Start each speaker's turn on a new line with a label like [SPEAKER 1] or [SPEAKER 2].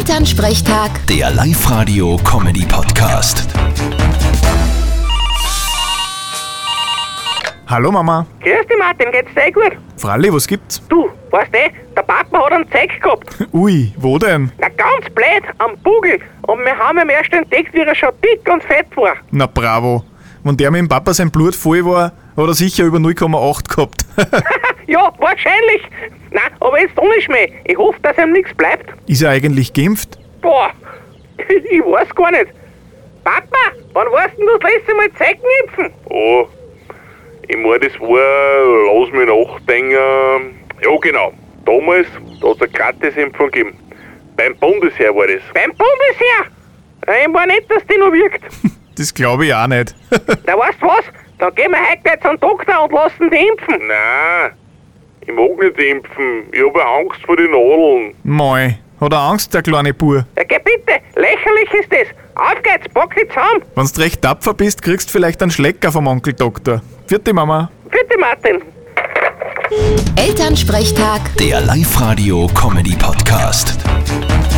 [SPEAKER 1] Elternsprechtag,
[SPEAKER 2] Der Live-Radio-Comedy-Podcast.
[SPEAKER 3] Hallo Mama.
[SPEAKER 4] Grüß dich, Martin, geht's dir eh gut?
[SPEAKER 3] Fralli, was gibt's?
[SPEAKER 4] Du, weißt eh, der Papa hat einen Zeig gehabt.
[SPEAKER 3] Ui, wo denn?
[SPEAKER 4] Na, ganz blöd, am Bugel. Und wir haben ihm erst entdeckt, wie er schon dick und fett war.
[SPEAKER 3] Na bravo. Wenn der mit dem Papa sein Blut voll war, hat er sicher über 0,8 gehabt.
[SPEAKER 4] Ja, wahrscheinlich. Na, aber jetzt ohne Schmäh. Ich hoffe, dass ihm nichts bleibt.
[SPEAKER 3] Ist er eigentlich geimpft?
[SPEAKER 4] Boah, ich weiß gar nicht. Papa, wann warst denn du das letzte Mal Zeckenimpfen?
[SPEAKER 5] Ah, ich meine, das war, lass mich nachdenken, ja genau, damals, da hat es eine Gratisimpfung gegeben. Beim Bundesheer war das.
[SPEAKER 4] Beim Bundesheer. Na, Ich war nicht, dass die noch wirkt.
[SPEAKER 3] Das glaube ich auch nicht.
[SPEAKER 4] Na, weißt du was? Dann gehen wir heute gleich zum Doktor und lassen die impfen.
[SPEAKER 5] Nein, ich mag nicht impfen, ich habe Angst vor den Nadeln.
[SPEAKER 3] Moi, hat er Angst, der kleine Bur.
[SPEAKER 4] Ja, geh bitte, lächerlich ist das. Auf geht's, pack dich zusammen.
[SPEAKER 3] Wenn's recht tapfer bist, kriegst vielleicht einen Schlecker vom Onkel Doktor. Vierte Mama.
[SPEAKER 4] Bitte, Martin.
[SPEAKER 1] Elternsprechtag.
[SPEAKER 2] Der Live-Radio-Comedy-Podcast.